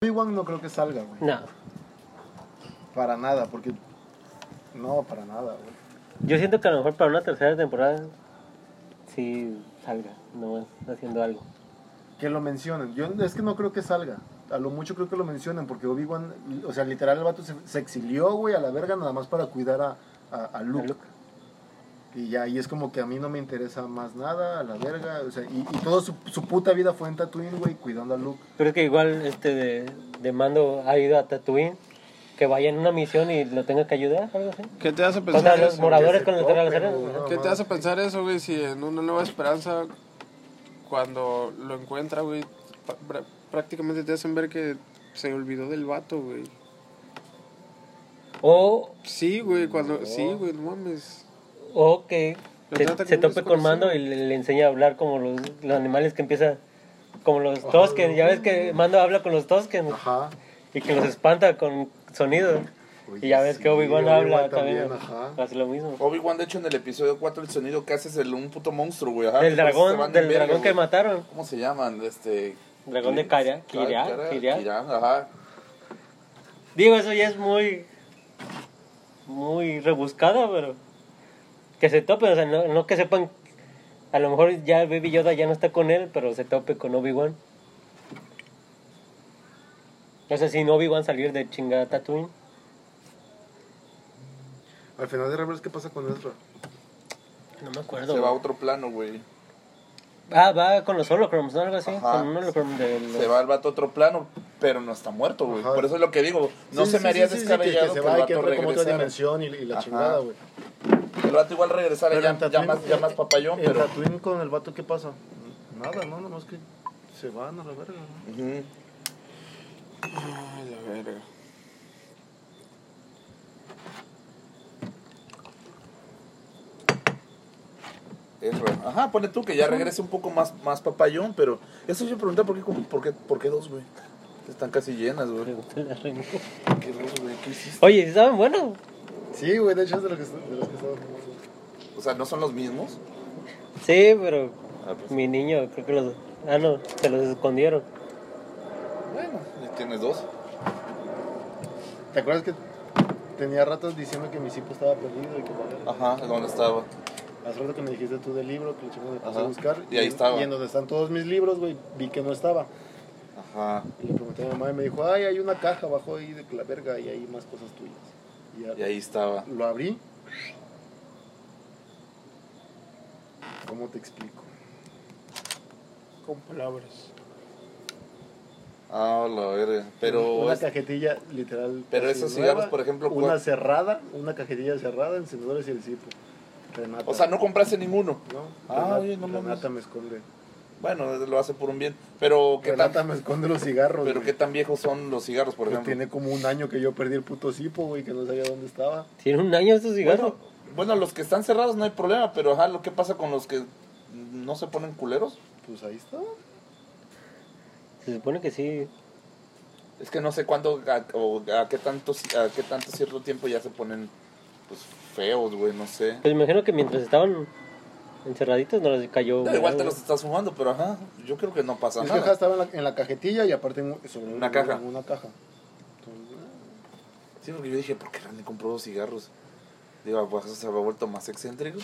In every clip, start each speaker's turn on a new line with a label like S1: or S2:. S1: Obi-Wan no creo que salga, güey.
S2: No.
S1: Para nada, porque. No, para nada, güey.
S2: Yo siento que a lo mejor para una tercera temporada sí salga, no haciendo algo.
S1: Que lo mencionen. Yo es que no creo que salga. A lo mucho creo que lo mencionen, porque Obi-Wan, o sea, literal el vato se, se exilió, güey, a la verga, nada más para cuidar a, a, a Luke.
S2: Luke.
S1: Y ya, y es como que a mí no me interesa más nada, a la verga. O sea, y, y toda su, su puta vida fue en Tatooine, güey, cuidando a Luke.
S2: Pero es que igual este de, de Mando ha ido a Tatooine, que vaya en una misión y lo tenga que ayudar, algo así.
S3: ¿Qué te hace
S2: O sea,
S3: pensar
S2: los
S3: eso?
S2: moradores
S1: se
S2: con los
S1: topen,
S2: terralaceros.
S1: güey, no.
S3: ¿Qué te hace pensar eso, güey? Si en una nueva esperanza, cuando lo encuentra, güey, pa- pra- prácticamente te hacen ver que se olvidó del vato, güey.
S2: O,
S3: Sí,
S4: Mm,
S3: güey, cuando... Sí, güey, no mames.
S2: o que
S3: Lo
S2: se,
S3: trata
S2: se
S3: como un
S2: tope con Mando y le, le enseña a hablar como los, los animales que empieza... Como los tosken, ya ves que Mando habla con los tosken
S1: Ajá.
S2: y que los espanta con sonido.
S1: Oye,
S2: Y ya ves
S1: sí,
S2: que Obi-Wan
S1: Obi-Wan
S2: habla
S1: también,
S2: también,
S1: ajá.
S2: hace lo mismo.
S4: Obi-Wan, de hecho, en el episodio 4, el sonido que hace es el, un puto monstruo, güey. ajá,
S2: Del
S4: que parece que Ah, pues, se
S2: dragón,
S4: van
S2: del
S4: en verga,
S2: dragón que
S4: güey.
S2: mataron.
S4: ¿Cómo se llaman? Este...
S2: Dragón de Kara, Kira,
S4: Kara-
S2: Kira.
S4: Kira, ajá.
S2: Digo, eso ya es muy. muy rebuscado, pero. que se tope, o sea, no, no que sepan. A lo mejor ya el Baby Yoda ya no está con él, pero se tope con Obi-Wan. No sé si Obi-Wan salir de chingada Tatooine.
S1: Al final de Rebels, ¿qué pasa con Ezra?
S2: No me acuerdo.
S4: Se va a
S2: güey.
S4: otro plano, güey.
S2: Ah, va con los holocrons, ¿no? Algo así.
S4: Ajá.
S2: Con un holocron de los-
S4: Se va el vato a otro plano, pero no está muerto, güey.
S1: Ajá.
S4: Por eso es lo que digo. No
S1: Sí,
S4: se
S1: sí,
S4: me haría
S1: sí, sí, sí, que-
S4: descabellado
S1: que se
S4: que,
S1: va y que
S4: el
S1: entra
S4: vato
S1: como otra
S4: regresara.
S1: dimensión y, y la
S4: Ajá.
S1: chingada, güey.
S4: El vato igual regresara
S1: Pero en
S4: ya, ya,
S1: Tatooine-
S4: más, ya más papayón,
S1: en
S4: pero...
S1: Tatooine con el vato, ¿qué pasa? Nada, no, nomás que se van a la verga. ¿no?
S4: Ujú.
S3: Ay, la verga.
S4: Eso, Ajá, pone tú que ya regrese un poco más, más papayón, pero... Eso yo pregunté por qué, por qué, por qué dos, güey. Están casi llenas, güey.
S2: la reina.
S4: ¿Por qué dos, güey? ¿Qué hiciste?
S2: Oye, ¿sí ¿saben? Bueno,
S1: Sí, güey, de hecho es de, lo que, de los que estaba hablando.
S4: O sea, ¿no son los mismos?
S2: sí, pero.
S4: Ah, pues,
S2: mi niño, creo que los. Ah, no, se los escondieron.
S4: bueno, ya tienes dos.
S1: ¿Te acuerdas que tenía ratos diciendo que mi cipo estaba perdido y que la verga? Ah,
S4: Ajá, ¿dónde estaba?
S1: Hace rato que me dijiste tú del libro, que lo chingo me puse a
S4: Ajá.
S1: buscar.
S4: Y ahí estaba.
S1: Y en donde están todos mis libros, güey, vi que no estaba.
S4: Ajá.
S1: Y le pregunté a mi mamá y me dijo, ay, hay una caja abajo ahí de que la verga y hay más cosas tuyas. Y ya
S4: Y ahí estaba.
S1: lo abrí. ¿Cómo te explico?
S3: Con palabras.
S4: Ah, la verga.
S1: una
S4: Pero... es-
S1: cajetilla literal.
S4: Pero
S1: casi
S4: esos
S1: nueva,
S4: cigarros, por ejemplo, ¿cuál?
S1: Una cerrada, una cajetilla cerrada, encendedores y el cipo. Renata.
S4: O sea, no compraste ninguno.
S1: No, Renata,
S4: Ah, oye, no mames.
S1: Renata me esconde.
S4: Bueno, lo hace por un bien. Pero ¿qué
S1: Renata
S4: tan,
S1: me esconde los cigarros.
S4: pero
S1: güey.
S4: qué tan viejos son los cigarros, por
S1: Pues
S4: ejemplo?
S1: Tiene como un año que yo perdí el puto cipo, güey, que no sabía dónde estaba.
S2: Tiene un año estos cigarros.
S4: Bueno, bueno, los que están cerrados no hay problema, pero ajá, lo que pasa con los que no se ponen culeros?
S1: Pues ahí estaba.
S2: Se supone que sí.
S4: Es que no sé cuándo a, o a qué tanto a qué tanto cierto tiempo ya se ponen pues feos, güey, no sé.
S2: Pues me imagino que mientras estaban encerraditos no les cayó.
S4: Da igual te los estás fumando, pero ajá, yo creo que no pasa
S1: Es que ajá,
S4: nada.
S1: estaba en la, en la cajetilla y aparte en, sobre
S4: Una caja.
S1: en una caja. Entonces,
S4: Sí, porque yo dije, ¿por qué Randy compró dos cigarros? Digo, pues se había vuelto más excéntrico.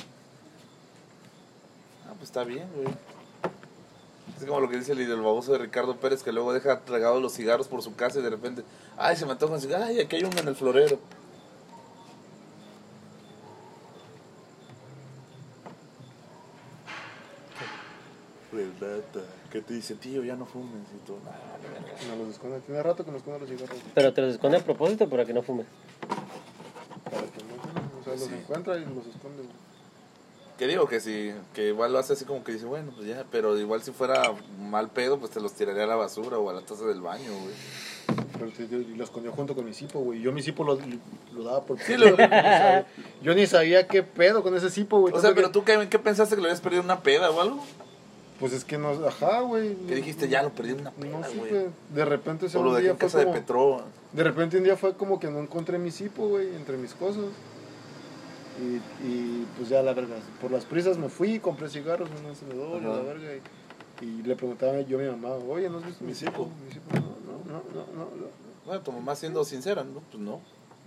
S4: Ah, pues está bien, güey. Es como lo que dice el, el baboso de Ricardo Pérez que luego deja regados los cigarros por su casa y de repente, ay, se me antoja un cigarro, ay, aquí hay uno en el florero. Renata, ¿qué te dice? Tío, ya no fumes y todo. Ah, la verga.
S1: no los esconde. Tiene rato que nos esconde los cigarros. güey.
S2: Pero te los esconde a propósito para que no fumes.
S1: Para que no, o sea, los encuentra y los esconde. güey.
S4: Que digo que si, que igual lo hace así como que dice, bueno, pues ya, pero igual si fuera mal pedo, pues te los tiraría a la basura o a la taza del baño, güey.
S1: Pero te digo, y lo escondió junto con mi cipo, güey. Yo mi cipo lo, lo daba por...
S4: Sí, lo-
S1: yo, ni sabía, yo ni sabía qué pedo con ese cipo, güey.
S4: O
S1: tanto
S4: sea, pero
S1: Pues que-
S4: tú, ¿qué, qué pensaste que lo habías perdido en una peda o algo?
S1: Pues es que no... Ajá, güey.
S4: Que dijiste, ya lo perdí en una
S1: No
S4: peda, güey.
S1: supe. De repente se
S4: o lo
S1: un
S4: dejé
S1: día
S4: en
S1: fue
S4: casa
S1: como-
S4: de Petrova.
S1: De repente un día fue como que no encontré mi cipo, güey, entre mis cosas. Y, y, pues ya la verga, por las prisas me fui, compré cigarros, un encendedor, y
S4: Ajá.
S1: la verga. Y, y le preguntaba yo a mi mamá, oye, ¿no has visto mi cipo? Mi cipo, no, no, no, no, no. no.
S4: Bueno, tu mamá siendo sincera, ¿no? Pues no.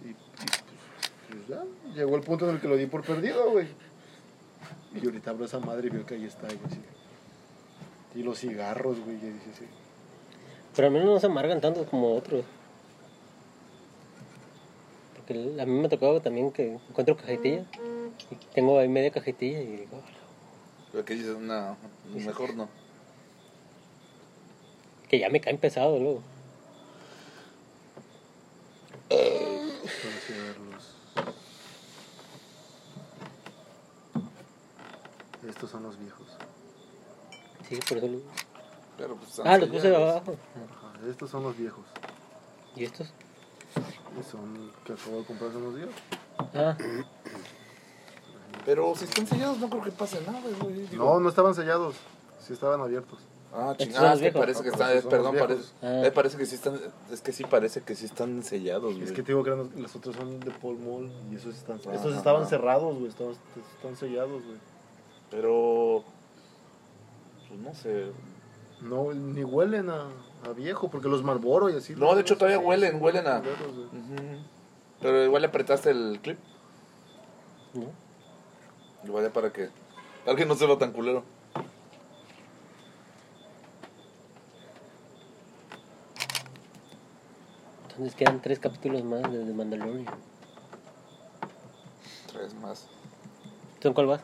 S1: Y, y, pues, pues, ya, llegó el punto en el que lo di por perdido, güey. Y ahorita abro esa madre y veo que ahí está, güey. así. Y los cigarros, güey, ya dices, sí.
S2: Pero al menos no se amargan tanto como otros. Porque el- a mí me ha tocado también que encuentro cajetilla. Y tengo ahí media cajetilla y digo, "Ala",
S4: Lo que dices, no, mejor no.
S2: que ya me caen pesado luego.
S1: Pero sí, a ver, los- Estos son los viejos.
S2: Sí, por eso. lo-
S4: Pero pues.
S2: Ah, los
S4: antes
S2: puse
S4: ya ves.
S2: abajo.
S1: Ajá, estos son los viejos.
S2: ¿Y estos?
S1: Y son que acabo de comprar hace unos días.
S2: Ah,
S4: Pero si están sellados, no creo que pase nada, güey.
S1: No,
S4: Digo,
S1: no estaban sellados. Sí estaban abiertos.
S4: Ah,
S2: Estos son
S4: chingados,
S2: los
S4: que
S2: viejos. Ah.
S4: parece que
S1: Ah,
S4: están.
S1: pues,
S4: eh,
S1: son
S4: Perdón,
S1: los
S4: parece.
S2: viejos.
S4: eh, parece que sí están. Es que sí parece que sí están sellados, güey.
S1: Es que te digo que eran los, los otros son de Paul Mall y esos están,
S4: Ajá.
S1: estos estaban cerrados, güey. Estaban, están sellados, güey.
S4: Pero. Pues no sé.
S1: No, ni huelen a, a viejo, porque los Marlboro y así.
S4: No, de hecho, todavía huelen, huelen a-
S1: culeros, güey.
S4: Ujú. Pero igual le apretaste el clip.
S2: no.
S4: Igual ya para que. Para que no se vea tan culero.
S2: Entonces quedan tres capítulos más de The Mandalorian.
S4: Tres más.
S2: ¿Tú en cuál vas?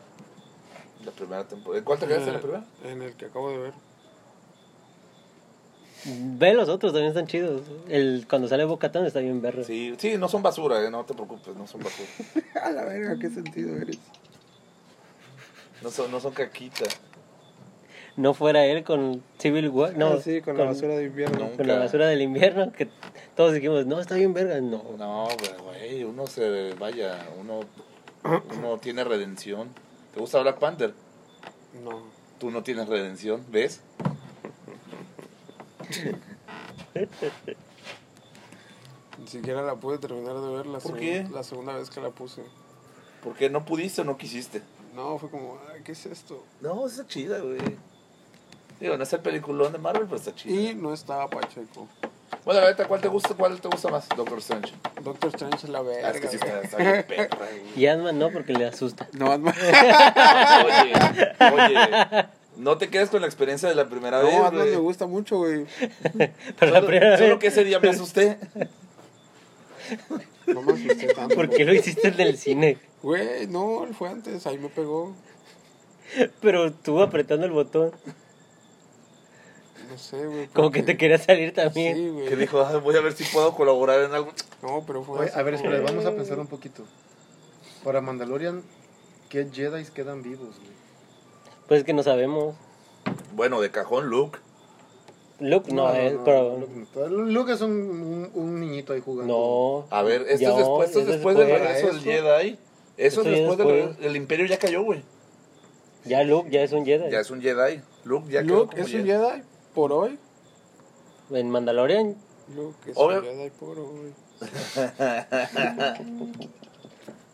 S4: La primera temporada. ¿Cuál te quedaste en la
S3: Eh,
S4: primera?
S3: En el que acabo de ver.
S2: Ve los otros, también están chidos. El, cuando sale Boca está bien verlo.
S4: Sí, sí, no son basura, eh, no te preocupes, no son basura.
S3: A la verga, ¿qué sentido eres?
S4: No son, no son caquita.
S2: No fuera él con Civil War. No,
S3: No, Ah, sí, con la basura de invierno.
S4: No.
S2: con la
S4: Nunca.
S2: basura del invierno, que todos dijimos, no, está bien verga. No,
S4: No, pero, güey, uno se vaya, uno, uno tiene redención. ¿Te gusta Black Panther?
S3: No.
S4: Tú no tienes redención, ¿ves?
S3: Ni siquiera la pude terminar de ver la,
S4: ¿Por
S3: segun-
S4: qué?
S3: la segunda vez que la puse.
S4: Porque no pudiste o no quisiste.
S3: No, fue como, "Ay, ¿qué es esto?
S4: No, está chida, güey. Digo, no es el peliculón de Marvel, pero está chida.
S3: Y no estaba Pacheco.
S4: Bueno, ahorita, ¿cuál te gusta, cuál te gusta más? Doctor Strange.
S3: Doctor Strange es la verga.
S4: Ah, es que sí
S3: güey.
S4: está, está bien perra, güey.
S2: y Ant-Man no, porque le asusta.
S3: No, Ant-Man.
S4: Oye, oye, no te quedes con la experiencia de la primera vez,
S3: no, Ant-Man
S4: güey.
S3: me gusta mucho, güey.
S2: Pero la
S4: Solo-
S2: primera
S4: Solo
S2: vez,
S4: que ese día me asusté.
S3: No me asusté tanto.
S2: ¿por qué lo hiciste en el cine?
S3: Güey, no, él fue antes, ahí me pegó.
S2: Pero tú apretando el botón,
S3: No sé, güey.
S2: como que te querías salir también.
S3: Sí,
S4: Que
S3: güey.
S4: dijo, "Ah, voy a ver si puedo colaborar en algo.
S3: No, pero fue
S1: Oye,
S3: así
S1: a ver,
S3: como-
S1: espera, vamos a pensar un poquito. Para Mandalorian, ¿qué Jedi quedan vivos, güey?
S2: Pues es que no sabemos.
S4: Bueno, de cajón, Luke.
S2: Luke no, es, pero.
S1: Luke, Ah, no está. Luke es un, un, un niñito ahí jugando.
S2: No.
S4: A ver, esto
S2: No,
S4: es después, esto es después del regreso del
S1: Eso.
S4: Jedi. Eso
S2: Eso
S4: es
S2: ya
S4: después del
S2: después.
S4: regreso. El Imperio ya cayó, güey.
S2: Ya Luke ya es un Jedi.
S4: Ya es un Jedi. Luke ya quedó
S3: Luke
S4: como
S3: es un Jedi por hoy.
S2: En Mandalorian,
S3: Luke es
S4: Obvio.
S3: un Jedi por hoy.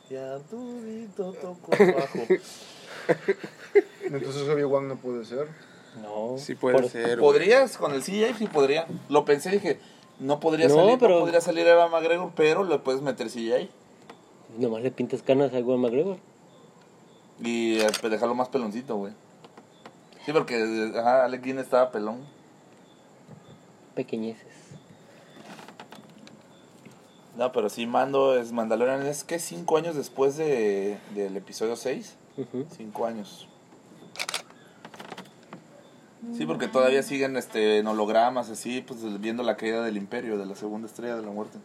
S4: Ya todito tocó bajo.
S1: Entonces Obi-Wan no puede ser.
S2: no.
S3: Sí puede
S2: Por-
S3: ser. güey.
S4: ¿Podrías? Con el CGI sí podría. Lo pensé y dije, no podría
S2: No,
S4: salir,
S2: pero-
S4: no podría salir Eva McGregor, pero le puedes meter CGI.
S2: Nomás le pintas canas a Ewan McGregor.
S4: Y eh, pues, dejarlo más peloncito, güey. Sí, porque eh, ajá, Alec Guinness estaba pelón.
S2: Pequeñeces.
S4: No, pero sí, Mando es Mandalorian. Es que cinco años después de, del episodio 6.
S2: Ujú.
S4: Cinco años. Sí, porque todavía siguen este, en hologramas, así, pues viendo la caída del imperio, de la segunda estrella de la muerte.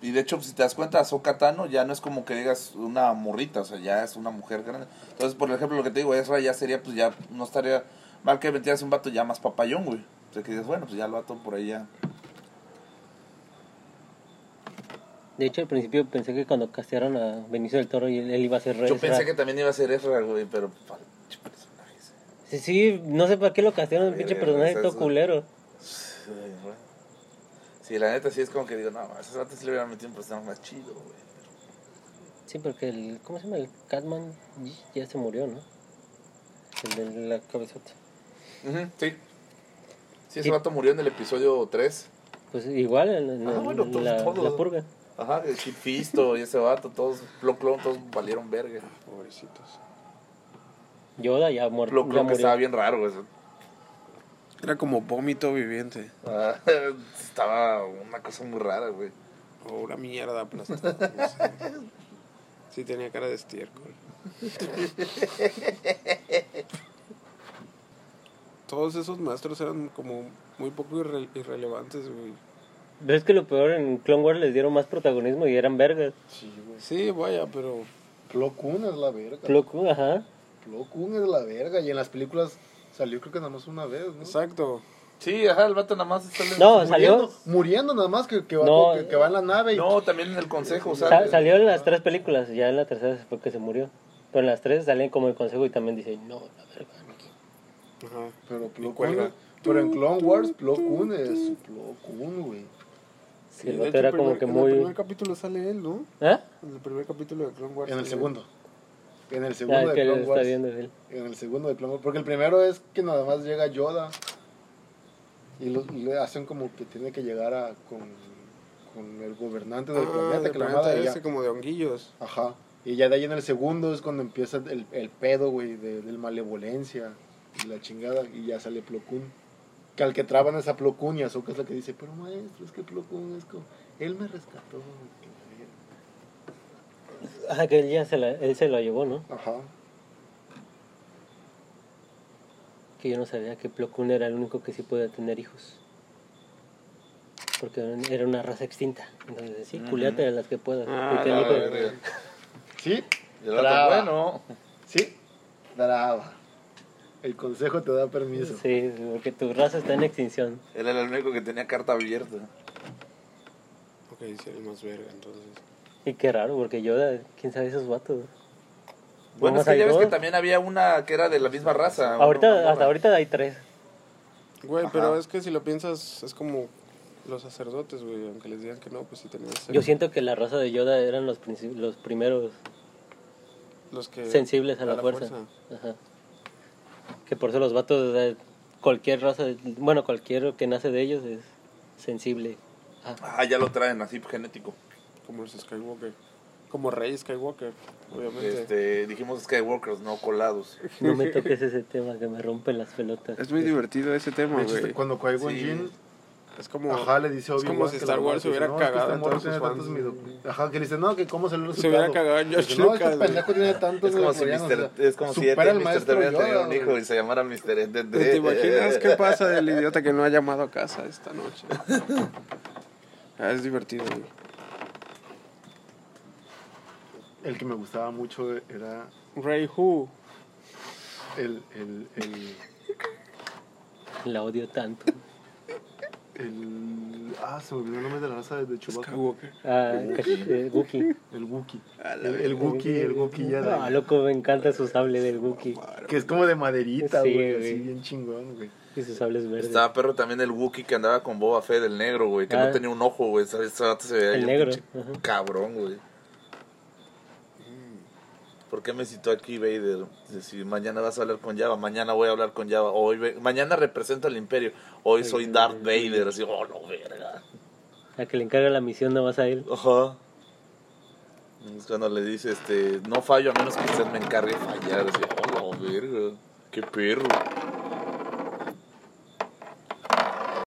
S4: Y de hecho, si te das cuenta, Ahsoka Tano ya no es como que digas una morrita, o sea, ya es una mujer grande. Entonces, por ejemplo, lo que te digo, Ezra ya sería, pues ya no estaría mal que metieras un vato ya más papayón, güey. O sea, que dices, bueno, pues ya el vato por ahí ya.
S2: De hecho, al principio pensé que cuando castearon a Benicio del Toro y él, él iba a ser rey.
S4: Yo pensé que también iba a ser Ezra, güey, pero. pal, pinche personaje
S2: Sí,
S4: ese.
S2: sí, no sé para qué lo castearon, un
S4: Sí,
S2: pinche
S4: güey,
S2: personaje
S4: pues
S2: todo
S4: eso.
S2: culero.
S4: Sí, la neta sí es como que digo, no, a esos ratos sí le hubieran metido un personaje más chido, güey.
S2: Sí, porque el. ¿Cómo se llama? El Catman ya se murió, ¿no? El de la cabezota.
S4: Ujú, sí. Sí, ese vato murió en el episodio 3.
S2: Pues igual, en, en-
S4: Ah, bueno, todos-
S2: la,
S4: todos.
S2: la purga.
S4: Ajá, el Kid Fisto y ese vato, todos, Plo Clon, todos valieron verga.
S3: Pobrecitos.
S2: Yoda ya, muer-
S4: Plo
S2: ya
S4: Clon que
S2: murió.
S4: estaba bien raro, güey.
S3: Era como vómito viviente.
S4: Ah, estaba una cosa muy rara, güey.
S3: O una mierda aplastada. no sé. Sí, tenía cara de estiércol. Todos esos maestros eran como muy poco irre- irrelevantes, güey.
S2: Pero es que lo peor en Clone Wars les dieron más protagonismo y eran vergas.
S1: Sí, güey.
S3: Sí, vaya, pero
S1: Plo Koon es la verga.
S2: Plo Koon, ajá.
S1: Plo Koon es la verga. Y en las películas salió creo que nada más una vez, ¿no?
S3: exacto.
S4: Sí, ajá, el vato nada más sale-
S2: No,
S1: Muriendo,
S2: salió,
S1: muriendo nada más que, que, va,
S2: No.
S1: que, que va en la nave. Y,
S4: No, también en el consejo,
S2: sa-
S4: ¿sabes?
S2: salió en las tres películas, ya en la tercera fue que se murió. Pero en las tres salen como el consejo y también dice, no, la verga.
S3: Ajá.
S1: Pero Plo
S3: Y cuelga.
S1: Koon- Pero en Clone Wars, Plo Koon es Plo Koon, güey.
S2: Sí, el
S3: de
S2: vato
S3: hecho,
S2: era
S3: el
S2: como
S3: primer-
S2: que
S3: En el
S2: muy...
S3: primer capítulo sale él, ¿no?
S2: ¿Ah?
S3: En el primer capítulo de Clone Wars.
S1: En el
S3: sale
S1: segundo. En el
S2: Ah,
S1: segundo
S2: es
S1: de
S2: que lo
S1: Clone
S2: está
S1: Wars.
S2: viendo él.
S1: En el segundo de Clone Wars. Porque el primero es que nada más llega Yoda. Y lo- le hacen como que tiene que llegar a con, con el gobernante
S3: él.
S1: del
S3: Ah,
S1: planeta,
S3: del
S1: que la
S3: planeta
S1: madre ya.
S3: ese como de honguillos.
S1: Ajá. Y ya de ahí en el segundo es cuando empieza el, el pedo, güey, de, del malevolencia y la chingada. Y ya sale Plo Koon. Que al que traban es a Plo Koon y Ahsoka es la que dice, pero maestro, es que Plo Koon es como... Él me rescató. que la verga".
S2: Ajá, que él ya se la, él se lo llevó, ¿no?
S1: Ajá.
S2: Que yo no sabía que Plo Koon era el único que sí podía tener hijos. Porque era una raza extinta. Entonces, sí,
S4: Ujú.
S2: culiate a las que puedas.
S3: Ah,
S2: porque
S4: la
S2: el hijo-
S4: verga.
S1: Sí,
S4: Y el vato,
S1: Brava.
S4: bueno.
S1: sí. Brava. El consejo te da permiso.
S2: Sí, porque tu raza está en extinción.
S4: Él era el único que tenía carta abierta.
S3: Ok, sí, el más verga, entonces.
S2: Y qué raro, porque Yoda, quién sabe esos vatos.
S4: Bueno,
S2: Nomás
S4: es que
S2: hay
S4: ya ves que
S2: dos.
S4: también había una que era de la misma raza. una
S2: Ahorita,
S4: morra.
S2: hasta ahorita hay tres.
S3: Güey,
S4: Ajá.
S3: pero es que si lo piensas, es como los sacerdotes, güey. Aunque les digan que no, pues sí tenían que ser
S2: Yo siento que la raza de Yoda eran los, princi- los primeros
S3: los que
S2: sensibles a, la, fuerza. Ajá. Que por eso los vatos, o sea, cualquier raza, de- bueno, cualquier que nace de ellos es sensible. Ah,
S4: Ah, ya lo traen así genético.
S3: Como los Skywalker. Como Rey Skywalker, obviamente.
S4: Este, dijimos Skywalkers, no colados.
S2: no me toques ese tema que me rompen las pelotas.
S3: Es muy divertido ese tema,
S1: De hecho, este,
S3: güey.
S1: cuando Qui-Gon
S4: Sí.
S1: Jinn,
S3: Es como.
S1: ajá, le dice a
S3: Es
S1: Obi-Wan
S3: como si
S1: que
S3: Star
S1: la
S3: Wars se
S1: morra
S3: hubiera
S1: dice, "No, es que
S3: cagado
S1: este
S3: en
S1: morro
S3: todos sus
S1: tiene
S3: fans.
S1: tantos mido- Ajá, que le dice, no, que cómo se lo
S3: Se hubiera cagado en George
S1: No, este
S3: Lucas, güey.
S1: pendejo tiene tantos
S4: Es como si
S1: midichlorianos,
S4: Mr.
S1: o sea,
S4: Es como si
S1: supera
S4: este
S1: al
S4: Mr.
S1: maestro
S4: T hubiera
S1: Yoda,
S4: tenido un
S1: güey.
S4: hijo y se llamara Mr. Ed.
S3: ¿Te imaginas qué pasa del idiota que no ha llamado a casa esta noche? Ah, es divertido, güey.
S1: El que me gustaba mucho era
S3: Rey Who.
S1: el, el, el,
S2: La odio tanto.
S1: el- Ah, se me olvidó el nombre de la raza de Chewbacca.
S3: Skywalker.
S2: Ah, eh, Wookie.
S1: El Wookie.
S3: A la
S1: El, el Wookie, el Wookie
S2: Ah,
S1: ya.
S2: loco, me encanta su sable del Wookie.
S1: Que es como de maderita,
S2: Sí,
S1: güey.
S2: güey.
S1: Así bien chingón, güey.
S2: Y sus sables verdes.
S4: Estaba perro también el Wookiee que andaba con Boba Fett, el negro, güey, que
S2: Ah.
S4: no tenía un ojo, güey. Ese ese vato se veía
S2: El
S4: bien
S2: negro,
S4: pinche
S2: ajá.
S4: Cabrón, güey. ¿Por qué me citó aquí Vader? Si- Si mañana vas a hablar con Java, mañana voy a hablar con Java. Hoy, ve- mañana represento al Imperio. Hoy soy Darth Vader. Así, oh, no, verga.
S2: La que le encarga la misión nada más a él.
S4: Ajá. Es cuando le dice, este, no fallo a menos que usted me encargue de fallar. Así, oh, la verga. Qué perro.